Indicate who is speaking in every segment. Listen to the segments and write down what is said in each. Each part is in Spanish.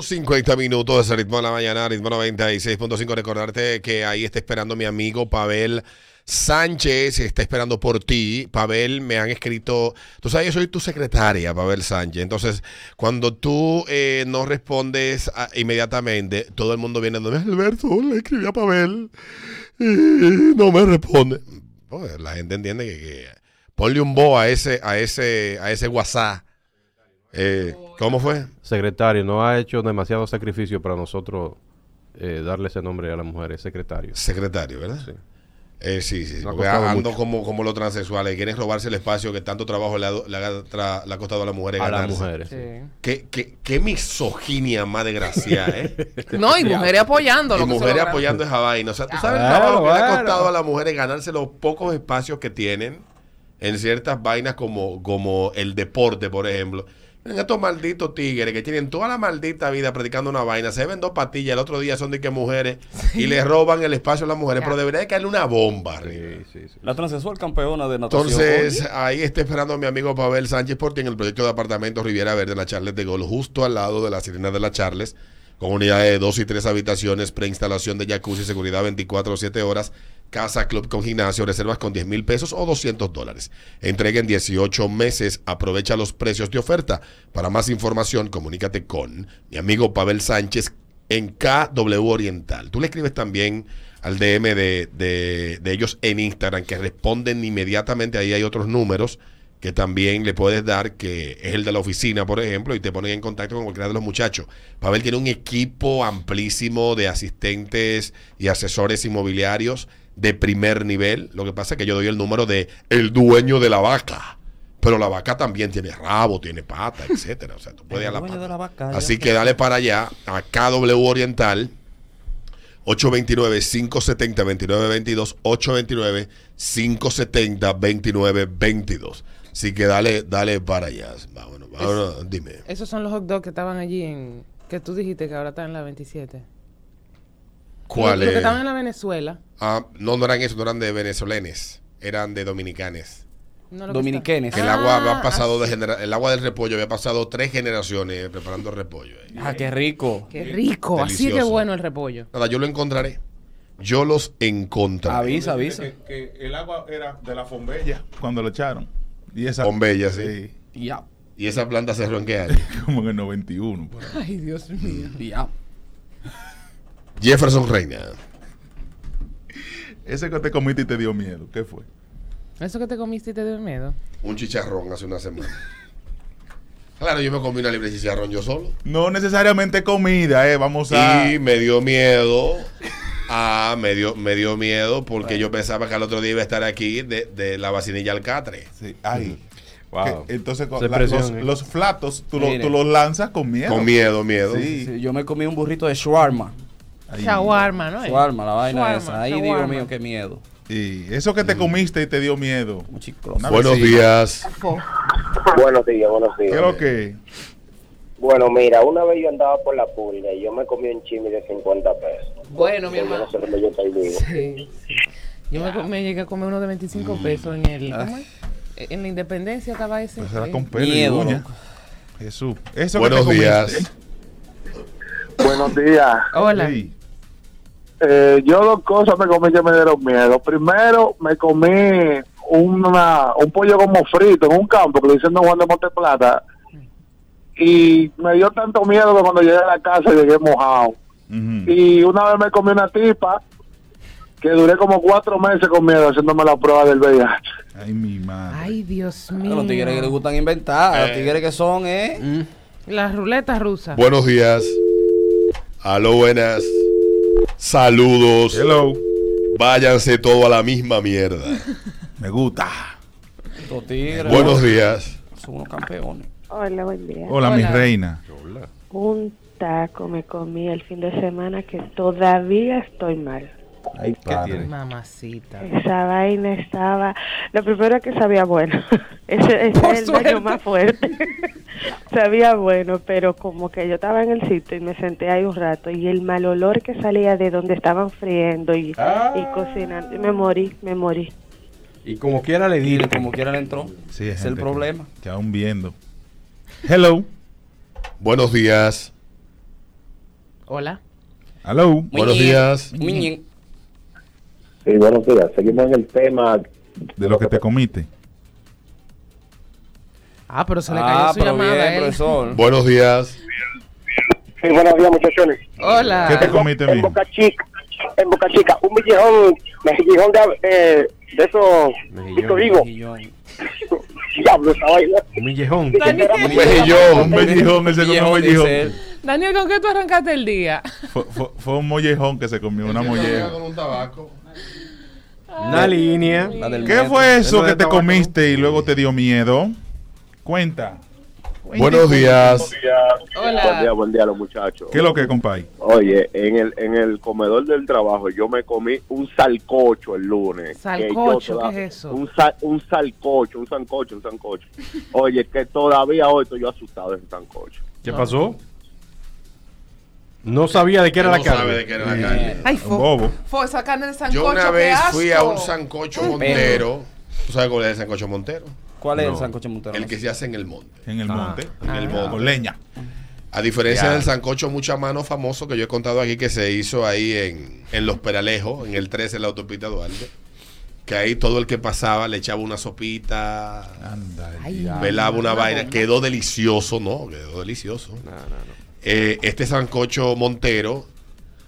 Speaker 1: 8.50 minutos de ese ritmo de la mañana, ritmo 96.5. Recordarte que ahí está esperando mi amigo Pavel Sánchez, está esperando por ti. Pavel, me han escrito, tú sabes, yo soy tu secretaria, Pavel Sánchez. Entonces, cuando tú eh, no respondes a- inmediatamente, todo el mundo viene donde Alberto, le escribí a Pavel y no me responde. Pues, la gente entiende que, que- ponle un bo a ese, a ese, a ese WhatsApp. Eh, ¿Cómo fue?
Speaker 2: Secretario, no ha hecho demasiado sacrificio para nosotros eh, darle ese nombre a las mujeres. Secretario.
Speaker 1: Secretario, ¿verdad? Sí. sí, sí, sí,
Speaker 2: No ha
Speaker 1: porque
Speaker 2: costado
Speaker 1: ando
Speaker 2: mucho.
Speaker 1: como, como los transexuales, quieren robarse el espacio que tanto trabajo le ha, do- le ha tra- le ha costado a las mujeres
Speaker 2: A las
Speaker 1: ganarse.
Speaker 2: mujeres.
Speaker 1: Qué, qué- qué misoginia más desgraciada, ¿eh?
Speaker 3: No, y mujeres apoyando.
Speaker 1: y
Speaker 3: lo que se
Speaker 1: mujeres
Speaker 3: logra.
Speaker 1: apoyando esa vaina. O sea, tú sabes el
Speaker 2: Claro,
Speaker 1: trabajo que le ha
Speaker 2: claro.
Speaker 1: costado a las mujeres ganarse los pocos espacios que tienen en ciertas vainas como, como el deporte, por ejemplo. En estos malditos tigres que tienen toda la maldita vida predicando una vaina, se ven dos patillas, el otro día son de que mujeres y le roban el espacio a las mujeres, pero debería de caerle una bomba arriba.
Speaker 2: Sí, sí, sí.
Speaker 4: La transexual campeona de natación.
Speaker 1: Entonces, ahí está esperando a mi amigo Pavel Sánchez Porti en el proyecto de apartamentos Riviera Verde en la Charles de Gol, justo al lado de la Sirena de la Charles, con unidades de dos y tres habitaciones, preinstalación de jacuzzi, seguridad 24 o 7 horas, casa club con gimnasio, reservas con 10 mil pesos o 200 dólares. Entrega en 18 meses, aprovecha los precios de oferta. Para más información, comunícate con mi amigo Pavel Sánchez en KW Oriental. Tú le escribes también al DM de, de- de ellos en Instagram que responden inmediatamente. Ahí hay otros números que también le puedes dar, que es el de la oficina, por ejemplo, y te ponen en contacto con cualquiera de los muchachos. Pavel tiene un equipo amplísimo de asistentes y asesores inmobiliarios de primer nivel. Lo que pasa es que yo doy el número de el dueño de la vaca. Pero la vaca también tiene rabo, tiene pata, etcétera. O sea, tú puedes ir a
Speaker 4: El
Speaker 1: la
Speaker 4: dueño
Speaker 1: pata.
Speaker 4: de la vaca,
Speaker 1: Así
Speaker 4: ya.
Speaker 1: que dale para allá a KW Oriental 829-570-2922, 829-570-2922. Así que dale, dale para allá. Vámonos, vámonos, dime.
Speaker 3: Esos son los hot dogs que estaban allí en. Que tú dijiste que ahora están en la 27.
Speaker 1: ¿Cuál
Speaker 3: Los que
Speaker 1: es?
Speaker 3: estaban en la Venezuela.
Speaker 1: Ah, no, no eran eso, no eran de venezolanes, eran de dominicanes.
Speaker 3: No lo que
Speaker 4: Dominiquenes.
Speaker 3: está-
Speaker 1: El agua
Speaker 3: Ah,
Speaker 1: había pasado de genera- el agua del repollo había pasado tres generaciones preparando repollo. ahí.
Speaker 4: Ah, qué rico.
Speaker 3: Qué rico. Así de
Speaker 1: Delicioso.
Speaker 3: bueno el repollo.
Speaker 1: Nada, yo lo encontraré. Yo los encontraré.
Speaker 4: Avisa, avisa.
Speaker 5: Que, que el agua era de la fombella cuando lo echaron. Y esa
Speaker 1: Fombella, sí.
Speaker 4: Ya,
Speaker 1: ¿Y esa planta cerró en qué año?
Speaker 5: Como en el 91. por ahí.
Speaker 3: Ay, Dios mío.
Speaker 4: ya.
Speaker 1: Jefferson Reina.
Speaker 5: Ese que te comiste y te dio miedo, ¿qué fue?
Speaker 3: Mm. Eso que te comiste y te dio miedo.
Speaker 1: Un chicharrón hace una semana. Claro, yo me comí una libre de chicharrón yo solo.
Speaker 5: No necesariamente comida, eh, vamos a...
Speaker 1: y me dio miedo. Ah, me dio, me dio miedo porque yo pensaba que al otro día iba a estar aquí de, de la vacinilla al catre.
Speaker 5: Sí, ay.
Speaker 2: Wow.
Speaker 5: Que- entonces con
Speaker 2: Se
Speaker 5: la-
Speaker 2: presiona,
Speaker 5: los,
Speaker 2: eh.
Speaker 5: los flatos tú, lo-
Speaker 4: Mire.
Speaker 5: tú los lanzas con miedo.
Speaker 1: Con miedo, miedo.
Speaker 5: Sí.
Speaker 4: Sí, yo me comí un burrito de shawarma.
Speaker 5: Ahí.
Speaker 3: Shawarma, ¿no? es?
Speaker 4: Shawarma, la vaina
Speaker 3: Shawarma,
Speaker 4: esa. Ahí,
Speaker 3: shawarma.
Speaker 4: Dios mío, qué miedo.
Speaker 5: Y eso
Speaker 1: Mm.
Speaker 5: que te comiste y te dio miedo.
Speaker 4: Un chico.
Speaker 5: Una
Speaker 1: Buenos
Speaker 5: vecina.
Speaker 1: días.
Speaker 6: Buenos días, buenos
Speaker 5: ¿Qué
Speaker 6: días.
Speaker 5: es lo que?
Speaker 6: Bueno, mira, una vez yo andaba por la pulga y yo me comí un chimi de 50 pesos. Pues
Speaker 3: Bueno, mi
Speaker 6: Yo no
Speaker 3: hermano.
Speaker 6: sé dónde yo estoy vivo.
Speaker 3: Sí. Yo me, co- me llegué a comer uno de 25 pesos en el. ¿cómo es? En la independencia estaba ese.
Speaker 5: Pues era
Speaker 3: eh,
Speaker 5: con pelo y
Speaker 4: Miedo,
Speaker 5: uña.
Speaker 4: loco.
Speaker 5: Jesús. Eso
Speaker 1: Buenos
Speaker 5: que te
Speaker 1: días.
Speaker 5: comiste.
Speaker 7: Buenos días.
Speaker 3: Hola.
Speaker 5: Sí.
Speaker 7: Eh, yo dos cosas me comí que me dieron miedo. Primero, me comí una, un pollo como frito en un campo que le dicen Don Juan de Monte Plata. Y me dio tanto miedo que cuando llegué a la casa llegué mojado.
Speaker 5: Ujú.
Speaker 7: Y una vez me comí una tipa que duré como cuatro meses con miedo haciéndome la prueba del VIH.
Speaker 5: Ay, mi madre.
Speaker 3: Ay, Dios
Speaker 4: A
Speaker 3: mío.
Speaker 4: los tigres que les gustan inventar, a los
Speaker 1: Eh.
Speaker 4: tigres que son, ¿eh?
Speaker 3: Las ruletas rusas.
Speaker 1: Buenos días. Aló, buenas. Saludos.
Speaker 5: Hello.
Speaker 1: Váyanse todo a la misma mierda.
Speaker 5: Me gusta.
Speaker 4: Los tigres.
Speaker 1: Buenos días.
Speaker 4: Son unos campeones.
Speaker 8: Hola, buen día.
Speaker 5: Hola, mi
Speaker 3: Hola.
Speaker 5: reina.
Speaker 8: Un taco me comí el fin de semana que todavía estoy mal.
Speaker 5: Ay, ¿Qué tiene?
Speaker 3: Mamacita.
Speaker 8: Esa vaina estaba... Lo primero que sabía bueno. Ese, ese
Speaker 3: Por
Speaker 8: es el daño
Speaker 3: suerte.
Speaker 8: más fuerte. sabía bueno, pero como que yo estaba en el sitio y me senté ahí un rato y el mal olor que salía de donde estaban friendo y, y cocinando, y me morí, me morí.
Speaker 2: Y como quiera le
Speaker 4: Y
Speaker 2: di.
Speaker 4: como quiera le entró.
Speaker 5: Sí, hay
Speaker 4: es el
Speaker 5: gente que-
Speaker 4: problema.
Speaker 5: Que aún viendo. Hello.
Speaker 1: Buenos días.
Speaker 3: Hola.
Speaker 5: Hello.
Speaker 1: Buenos días.
Speaker 4: Miñín.
Speaker 6: Sí, buenos días. Seguimos en el tema.
Speaker 5: De lo que te comiste.
Speaker 3: Ah, pero se le cayó
Speaker 4: Ah,
Speaker 3: su
Speaker 4: pero
Speaker 3: llamada. ¿eh?
Speaker 4: bien,
Speaker 3: a él.
Speaker 4: profesor.
Speaker 1: Buenos días.
Speaker 6: Sí, buenos días, muchachones.
Speaker 3: Hola.
Speaker 5: ¿Qué te
Speaker 6: Bo-
Speaker 5: comiste,
Speaker 6: en
Speaker 5: mijo?
Speaker 6: Boca Chica, en Boca Chica, un mejillón, mejillón de, eh, de esos
Speaker 2: Mejillón,
Speaker 6: pico vivo.
Speaker 4: Mejillón.
Speaker 6: Diablo, esa vaina.
Speaker 2: Un millejón.
Speaker 1: Un
Speaker 3: Daniel,
Speaker 5: Un
Speaker 1: mejillón.
Speaker 5: mellejón, él se comió un
Speaker 4: dice
Speaker 5: mellejón.
Speaker 4: él.
Speaker 3: Daniel, ¿con qué tú arrancaste el día?
Speaker 5: Fue, fue- fue un mollejón que se comió, una molleja.
Speaker 1: un tabaco.
Speaker 2: Una línea.
Speaker 4: La del
Speaker 5: ¿Qué
Speaker 4: metro.
Speaker 5: fue eso
Speaker 2: Eso de
Speaker 5: que te
Speaker 2: tabaco.
Speaker 5: comiste y luego te dio miedo? Cuenta.
Speaker 1: Buenos días.
Speaker 6: Buen día,
Speaker 3: Hola.
Speaker 6: buen día a los muchachos.
Speaker 5: ¿Qué es lo que, compay?
Speaker 6: Oye, en el, en el comedor del trabajo yo me comí un salcocho el lunes.
Speaker 3: Salcocho,
Speaker 6: Que yo toda-
Speaker 3: ¿qué es eso?
Speaker 6: Un, sal- un salcocho, un sancocho, un sancocho. Oye, que todavía hoy estoy yo asustado de ese sancocho.
Speaker 2: ¿Qué pasó? No sabía de qué era
Speaker 1: No
Speaker 2: la carne.
Speaker 1: sabe de qué era la carne.
Speaker 3: Ay,
Speaker 5: Un bobo.
Speaker 3: Fue esa carne de sancocho.
Speaker 1: Yo una
Speaker 3: qué
Speaker 1: vez fui a
Speaker 3: asco.
Speaker 1: un sancocho montero. ¿Tú sabes cuál es el sancocho montero?
Speaker 4: ¿Cuál es
Speaker 2: No.
Speaker 4: el sancocho montero?
Speaker 1: El que se hace en el monte.
Speaker 5: En el monte.
Speaker 1: En el
Speaker 5: Con
Speaker 1: monte.
Speaker 5: leña.
Speaker 1: A diferencia
Speaker 2: Ya.
Speaker 1: del sancocho mucha mano famoso que yo he contado aquí que se hizo ahí en, en Los Peralejos, en el 13 de la autopista Duarte, que ahí todo el que pasaba le echaba una sopita,
Speaker 5: Anda, el
Speaker 3: Ay,
Speaker 5: diablo.
Speaker 1: velaba una
Speaker 3: una
Speaker 1: vaina,
Speaker 3: bomba.
Speaker 1: quedó delicioso, ¿no? Quedó delicioso.
Speaker 2: No, no, no.
Speaker 1: Eh, este sancocho Montero,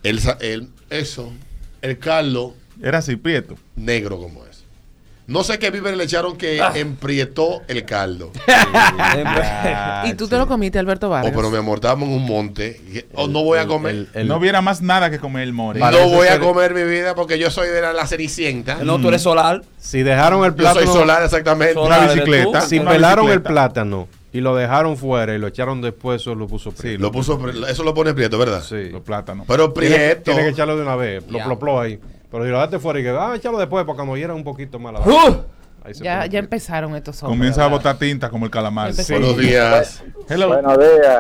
Speaker 1: el, sa- el- eso, el Carlos
Speaker 5: Era así, prieto.
Speaker 1: negro como es. No sé qué víveres le echaron que emprietó el caldo.
Speaker 3: Y
Speaker 5: Ah,
Speaker 3: tú te lo comiste, Alberto
Speaker 1: Oh,
Speaker 3: Vargas.
Speaker 1: pero mi amor, estábamos en un monte. y- oh, no voy a
Speaker 2: El-
Speaker 1: comer.
Speaker 2: el- el-
Speaker 5: No hubiera más nada que comer el more.
Speaker 1: no voy a
Speaker 2: ser-
Speaker 1: comer mi vida porque yo soy de la, la cenicienta.
Speaker 4: no, tú eres solar.
Speaker 2: Si dejaron el
Speaker 1: yo soy
Speaker 2: plátano.
Speaker 1: solar, exactamente.
Speaker 4: Solar.
Speaker 5: Una
Speaker 4: Dale,
Speaker 5: bicicleta.
Speaker 4: tú.
Speaker 2: Si
Speaker 5: una
Speaker 2: pelaron el
Speaker 5: bicicleta.
Speaker 2: plátano y lo dejaron fuera y lo echaron después, eso lo puso
Speaker 5: Sí,
Speaker 2: prieto.
Speaker 1: Lo puso, pre- eso lo pone Prieto, ¿verdad?
Speaker 2: Sí.
Speaker 5: Los plátanos.
Speaker 1: Pero
Speaker 2: Tienes que-
Speaker 1: Prieto.
Speaker 2: Tienes que echarlo de una vez. Lo
Speaker 4: Ya.
Speaker 2: plopló ahí. Pero si lo dejaste fuera y que, ah, echarlo después para cuando hiera un poquito más la
Speaker 4: ¡Uh!
Speaker 2: Ahí se
Speaker 3: Ya,
Speaker 2: pone
Speaker 3: ya
Speaker 2: prieto.
Speaker 3: empezaron estos hombres.
Speaker 5: Comienza a
Speaker 3: ¿verdad?
Speaker 5: botar tinta como el calamar.
Speaker 3: Empezó.
Speaker 1: Buenos días.
Speaker 5: Hello.
Speaker 9: Buenos días.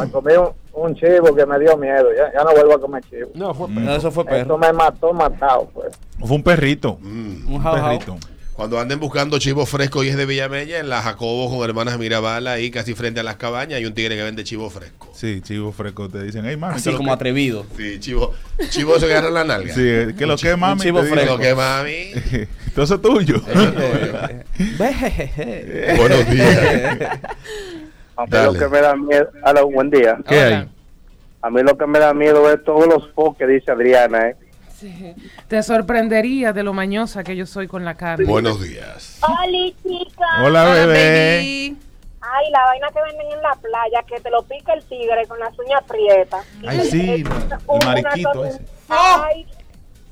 Speaker 9: Me comí un, un chivo que me dio miedo. Ya, ya no vuelvo a comer chivo.
Speaker 2: No, fue
Speaker 4: No,
Speaker 2: prieto.
Speaker 4: eso fue
Speaker 9: Eso
Speaker 4: perro.
Speaker 9: me mató, matado, pues.
Speaker 5: Fue un perrito.
Speaker 1: Mm.
Speaker 4: Un
Speaker 5: Un
Speaker 4: jau, jau.
Speaker 5: perrito.
Speaker 1: Cuando anden buscando chivo fresco y es de Villamella, en la Jacobo con hermanas Mirabal, ahí casi frente a las cabañas, hay un tigre que vende chivo fresco.
Speaker 5: Sí, chivo fresco. Te dicen, hey, mami. ¿qué
Speaker 4: Así
Speaker 5: lo
Speaker 4: como
Speaker 5: que-
Speaker 4: atrevido.
Speaker 1: Sí, chivo. Chivo se agarra en la nalga.
Speaker 5: Sí, que lo que, mami.
Speaker 4: chivo
Speaker 5: te
Speaker 1: Pero
Speaker 5: dicen.
Speaker 1: que mami.
Speaker 5: Entonces tuyo.
Speaker 4: Vejejeje.
Speaker 1: Buenos días.
Speaker 9: A mí
Speaker 1: Dale.
Speaker 9: lo que me da miedo, a un buen día.
Speaker 5: ¿Qué
Speaker 3: Hola.
Speaker 5: hay?
Speaker 9: A mí lo que me da miedo es todos los pos que dice Adriana, ¿eh?
Speaker 3: Sí. Te sorprendería de lo mañosa que yo soy con la carne.
Speaker 1: Buenos días.
Speaker 10: Oli, chica.
Speaker 5: Hola, bebé.
Speaker 3: baby.
Speaker 10: Ay, la vaina que venden en la playa, que te lo pica el tigre con las uñas prietas.
Speaker 5: Ay, sí.
Speaker 10: Un-
Speaker 5: El
Speaker 10: una
Speaker 5: mariquito
Speaker 10: cosa-
Speaker 5: ese.
Speaker 10: Ay,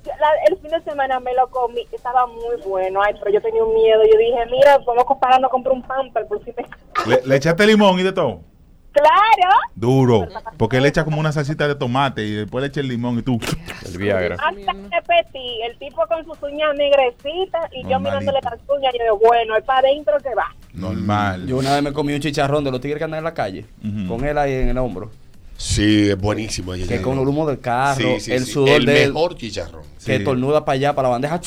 Speaker 10: la- el fin de semana me lo comí, estaba muy bueno. Ay, pero yo tenía un miedo. Yo dije, mira, vamos comparando, compro un pamper por si me...
Speaker 5: Le, le echaste limón y de todo.
Speaker 10: Claro.
Speaker 5: Duro. Porque le echa como una salsita de tomate y después le echa el limón y tú.
Speaker 2: El Viagra.
Speaker 10: Hasta repetí, el tipo con sus uñas negrecitas y yo
Speaker 5: Normalito.
Speaker 10: mirándole las uñas, yo digo, bueno, es para adentro que va.
Speaker 5: Normal.
Speaker 4: Yo una vez me comí un chicharrón de los tigres que andan en la calle.
Speaker 5: Ujú.
Speaker 4: Con él ahí en el hombro.
Speaker 1: Sí, es buenísimo.
Speaker 4: Que con el humo del carro,
Speaker 1: Sí, sí,
Speaker 4: el
Speaker 1: sí.
Speaker 4: sudor
Speaker 1: El
Speaker 4: de él,
Speaker 1: mejor chicharrón.
Speaker 4: que
Speaker 5: Sí.
Speaker 4: tornuda para allá, para la bandeja.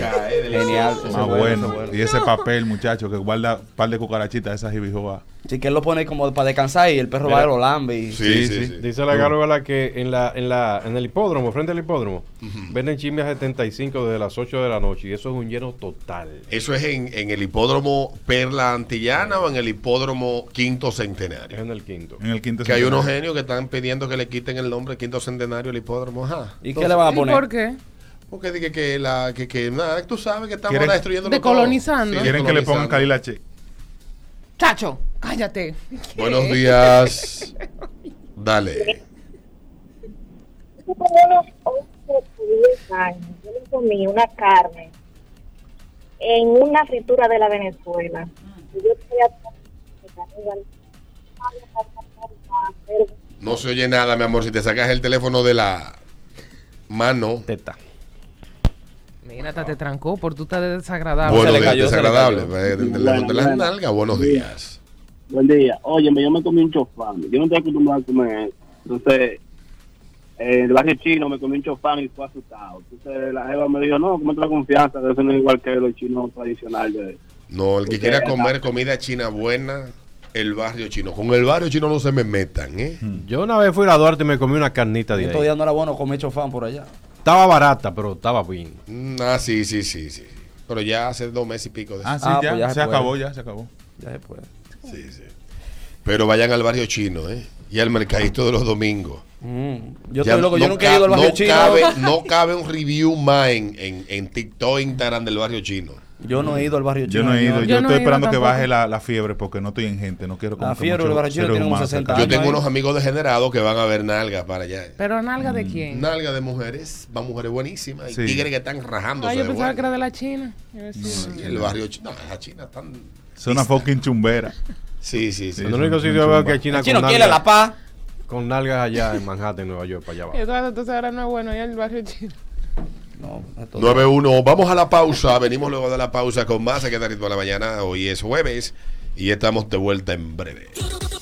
Speaker 1: cae del-
Speaker 4: Genial. Eso
Speaker 5: Más
Speaker 4: es eso
Speaker 5: Ah, bueno.
Speaker 4: es bueno.
Speaker 5: Y ese papel, muchacho, que guarda un par de cucarachitas esas y bijoba.
Speaker 4: Sí, que él lo pone como para descansar y el perro
Speaker 2: Mira.
Speaker 4: va y lo lambe. Y...
Speaker 1: Sí, sí,
Speaker 5: Sí,
Speaker 1: sí.
Speaker 5: sí.
Speaker 2: Dice la Garola que en la, en la, en el hipódromo, frente al hipódromo, venden chisme a 75 desde las 8 de la noche y eso es un lleno total.
Speaker 1: ¿Eso es en, en el hipódromo Perla Antillana o en el hipódromo Quinto
Speaker 2: Es
Speaker 1: Centenario?
Speaker 2: en el quinto.
Speaker 5: En el quinto
Speaker 1: Que hay unos
Speaker 5: centenario.
Speaker 1: genios que están pidiendo que le quiten el nombre Quinto Centenario al hipódromo. Ajá.
Speaker 4: ¿Y qué le van a
Speaker 3: ¿Y
Speaker 4: poner?
Speaker 3: por qué?
Speaker 1: Porque dije que la que, que nada, tú sabes que estamos
Speaker 5: Quieren-
Speaker 1: ahora destruyendo
Speaker 3: Decolonizando.
Speaker 5: Quieren que le pongan calilache.
Speaker 3: Chacho, cállate.
Speaker 1: Buenos días. Dale.
Speaker 10: Yo tenía unos 11 o 10 años. Yo me comí una carne en una fritura de la Venezuela. Y yo quería comer, pero
Speaker 1: No se oye nada, mi amor. Si te sacas el teléfono de la mano.
Speaker 2: Teta.
Speaker 3: Mira, hasta te trancó por tú estás desagradable.
Speaker 1: Bueno,
Speaker 4: se le
Speaker 1: días,
Speaker 4: cayó, se le
Speaker 1: desagradable.
Speaker 4: cayó.
Speaker 1: eh, del teléfono de las
Speaker 9: Bueno,
Speaker 1: nalgas, buenos días.
Speaker 9: Buen día. Óyeme, yo me comí un chofán. Yo no estoy acostumbrado a comer eso. Entonces, en el barrio chino me comí un chofán y fue asustado. Entonces, la jeva me dijo, no, come la confianza, que eso no es igual que los chinos tradicionales.
Speaker 1: No, el que quiera comer comida china buena, el barrio chino. Con el barrio chino no se me metan, ¿eh?
Speaker 2: Yo una vez fui a Duarte y me comí una carnita de
Speaker 4: Estos
Speaker 2: ahí.
Speaker 4: días no era bueno comer chofán por allá.
Speaker 2: Estaba barata, pero estaba bien.
Speaker 1: Mm, Ah, sí, sí, sí, sí. Pero ya hace dos meses y pico de
Speaker 5: Ah, sí,
Speaker 4: Ah,
Speaker 5: ya,
Speaker 4: pues ya
Speaker 5: se,
Speaker 4: se puede.
Speaker 5: acabó, ya se acabó.
Speaker 4: Ya después.
Speaker 1: Sí, sí. Pero vayan al barrio chino, ¿eh? Y al mercadito de los domingos.
Speaker 4: Mm, Yo
Speaker 1: Ya
Speaker 4: estoy loco, yo
Speaker 1: no
Speaker 4: nunca he
Speaker 1: ca-
Speaker 4: ido al barrio
Speaker 1: no
Speaker 4: chino.
Speaker 1: Cabe, no cabe un review más en, en, en TikTok, Instagram del barrio chino.
Speaker 4: Yo no he ido al barrio chino.
Speaker 5: Yo no he ido, yo,
Speaker 4: señor.
Speaker 3: Yo no
Speaker 5: estoy
Speaker 3: he ido
Speaker 5: esperando que
Speaker 3: tampoco.
Speaker 5: baje la, la fiebre porque no estoy en gente, no quiero como
Speaker 4: La
Speaker 5: que
Speaker 4: fiebre,
Speaker 5: muchos
Speaker 4: el barrio chino
Speaker 5: seres
Speaker 4: tiene como
Speaker 5: humanos se
Speaker 4: 60
Speaker 5: acaben.
Speaker 1: Yo
Speaker 4: Ah,
Speaker 1: tengo
Speaker 4: no,
Speaker 1: unos
Speaker 4: eh.
Speaker 1: amigos degenerados que van a ver nalgas para allá.
Speaker 3: Pero nalga de quién?
Speaker 1: Nalgas de mujeres, van mujeres buenísimas. Y
Speaker 5: Sí.
Speaker 1: tigres que están rajándose.
Speaker 3: Ah, yo
Speaker 1: de
Speaker 3: pensaba
Speaker 1: bueno.
Speaker 3: que era de la China. Yo decía,
Speaker 1: Sí, el barrio chino. No, la China están.
Speaker 5: Es una fucking chumbera.
Speaker 1: Sí, sí, sí.
Speaker 5: Sí.
Speaker 2: El único sitio que veo que hay China
Speaker 4: El chino
Speaker 2: con
Speaker 4: quiere
Speaker 2: nalgas,
Speaker 4: la paz.
Speaker 2: con nalgas allá en Manhattan, Nueva York, para allá abajo.
Speaker 3: Eduardo, entonces ahora no es bueno ir al barrio chino.
Speaker 4: No, esto-
Speaker 1: 9-1. Vamos a la pausa. Venimos luego de la pausa con más. Aquí en ritmo de la mañana. Hoy es jueves. Y estamos de vuelta en breve.
Speaker 11: Todo,